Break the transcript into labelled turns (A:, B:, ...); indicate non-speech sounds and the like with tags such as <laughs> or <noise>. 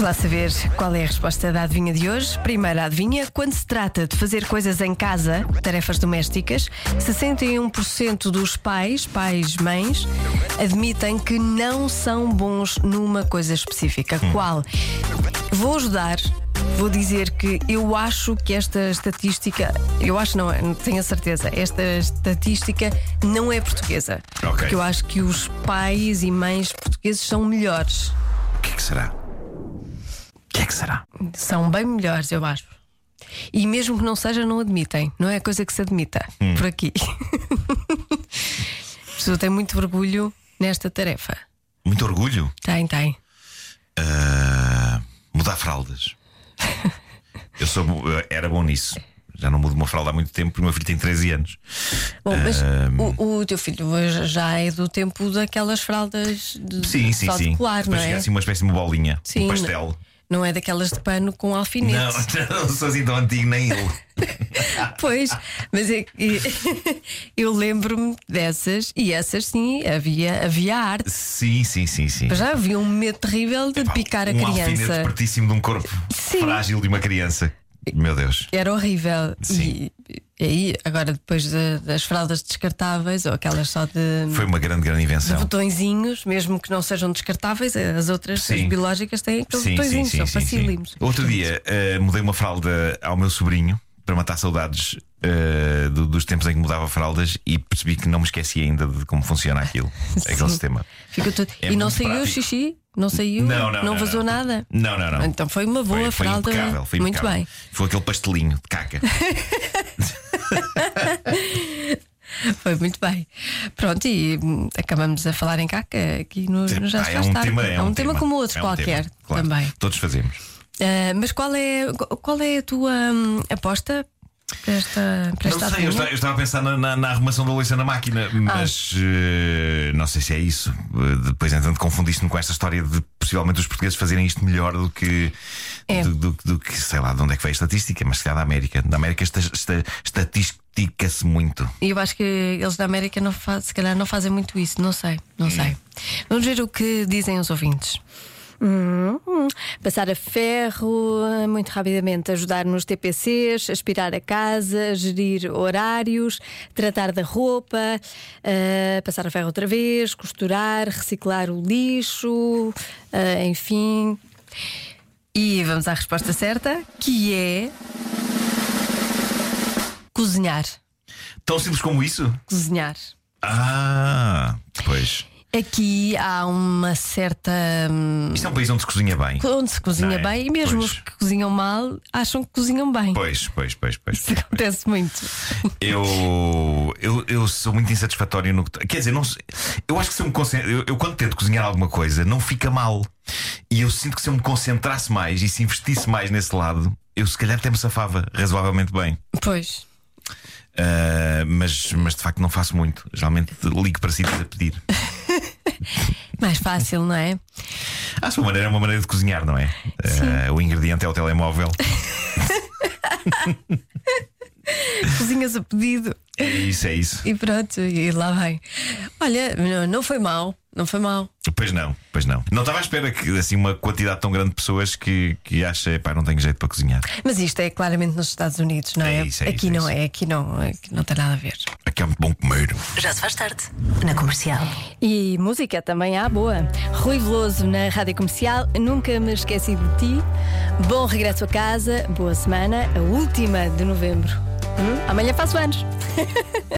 A: lá saber qual é a resposta da adivinha de hoje. Primeira adivinha, quando se trata de fazer coisas em casa, tarefas domésticas, 61% dos pais, pais, mães, admitem que não são bons numa coisa específica. Qual? Vou ajudar. Vou dizer que eu acho que esta estatística, eu acho não, tenho a certeza, esta estatística não é portuguesa.
B: Ok.
A: Porque eu acho que os pais e mães portugueses são melhores.
B: O que é que será? O que é que será?
A: São bem melhores, eu acho. E mesmo que não seja, não admitem. Não é coisa que se admita
B: Hum.
A: por aqui. <laughs> A pessoa tem muito orgulho nesta tarefa.
B: Muito orgulho?
A: Tem, tem.
B: Ah, mudar <laughs> fraldas. Eu sou, bo- eu era bom nisso. Já não mudo uma fralda há muito tempo, porque o meu filho tem 13 anos.
A: Bom, mas o, o teu filho hoje já é do tempo daquelas fraldas de
B: Sim, sim,
A: fralda
B: sim.
A: colar, não
B: Depois fica
A: é?
B: assim uma espécie de uma bolinha,
A: Sim,
B: um pastel.
A: Não é daquelas de pano com alfinete.
B: Não, <laughs> não sou assim tão antigo, nem eu.
A: <laughs> Pois, mas é que- <laughs> eu lembro-me dessas e essas sim, havia, havia arte.
B: Sim, sim, sim, sim.
A: Mas já havia um medo terrível de
B: Pá,
A: picar a
B: um alfinete
A: criança.
B: pertíssimo de um corpo
A: Sim.
B: frágil de uma criança. Meu Deus.
A: Era horrível.
B: Sim.
A: E, e aí, agora depois da- das fraldas descartáveis ou aquelas só de,
B: Foi uma grande, grande
A: de
B: invenção.
A: botõezinhos, mesmo que não sejam descartáveis, as outras,
B: Sim.
A: as biológicas, têm aqueles botõezinhos, são facílimos.
B: Outro dia eh, mudei uma fralda ao meu sobrinho para matar saudades eh, do- dos tempos em que mudava fraldas e percebi que não me esqueci ainda de como funciona
A: <laughs>
B: aquilo, aquele sistema.
A: Fica tudo-
B: É
A: e não
B: muito
A: saiu
B: prático.
A: xixi? Não saiu? vazou nada?
B: Não, não, não.
A: Então foi uma boa
B: foi, foi
A: fralda.
B: impecável, foi
A: Muito
B: impecável.
A: bem.
B: Foi aquele pastelinho de caca.
A: Foi muito bem. <laughs> Pronto, e hum, acabamos a falar em caca aqui no, no <laughs> Já
B: Pá,
A: Se
B: é
A: Faz
B: um
A: Tarde.
B: tema,
A: É um tema como outro
B: é um
A: qualquer
B: tema, claro.
A: também.
B: Todos fazemos.
A: Ah, mas qual é, qual é a tua hum, aposta para esta, para esta
B: Não sei, eu
A: adivinha?
B: estava, eu estava a pensar na, na- na arrumação da louça na máquina, mas eh, não sei se é isso. Eh, Depois, entretanto, confundiste-me com esta história de possivelmente os portugueses fazerem isto melhor do que.
A: É.
B: Do, do- do que, sei lá, de onde é que veio a estatística, mas se calhar da América. Da América esta- esta- estatistica-se muito.
A: E eu acho que eles da América não fa- se calhar não fazem muito isso, não sei, não sei. Vamos ver o que dizem os ouvintes.
C: Hum, Passar a ferro eh, muito rapidamente, ajudar nos TPCs, aspirar a casa, gerir horários, tratar da roupa, eh, passar a ferro outra vez, costurar, reciclar o lixo, eh, enfim.
A: E vamos à resposta certa, que é cozinhar.
B: Tão simples como isso?
A: Cozinhar.
B: Ah, pois.
A: Aqui há uma certa. hum,
B: Isto é um país onde se cozinha bem.
A: Onde se cozinha
B: Não é?
A: bem e mesmo
B: Pois.
A: os que cozinham mal acham que cozinham bem.
B: Pois, pois, pois, pois.
A: Isso
B: pois, pois.
A: acontece muito.
B: Eu, eu, eu sou muito insatisfatório no que. Quer dizer, não, sei- eu acho que se eu me concentro. Eu, eu quando tento cozinhar alguma coisa, não fica mal. E eu sinto que se eu me concentrasse mais e se investisse mais nesse lado, eu se calhar até me safava razoavelmente bem.
A: Pois.
B: Ah, mas, mas de facto não faço muito. Geralmente ligo para sítios a pedir.
A: Mais fácil, não é?
B: À sua maneira é uma maneira de cozinhar, não é? Ah, o ingrediente é o telemóvel.
A: Cozinhas a pedido.
B: É isso, é isso.
A: E pronto, e lá vai. Olha, não, não foi mal, não foi mal.
B: Pois não, pois não. Não estava à espera que assim uma quantidade tão grande de pessoas que, que acha, pá, não tenho jeito para cozinhar.
A: Mas isto é claramente nos Estados Unidos, não é?
B: É isso, é
A: aqui
B: isso, é
A: não
B: isso.
A: é, aqui não, aqui não tem nada a ver.
B: Aqui é muito bom comer.
D: Já se faz tarde. Na comercial.
C: E música também há boa. Rui Veloso na Rádio Comercial, Nunca Me Esqueci de Ti. Bom regresso a casa, boa semana, a última de novembro. Hum, Amanhã faço anos.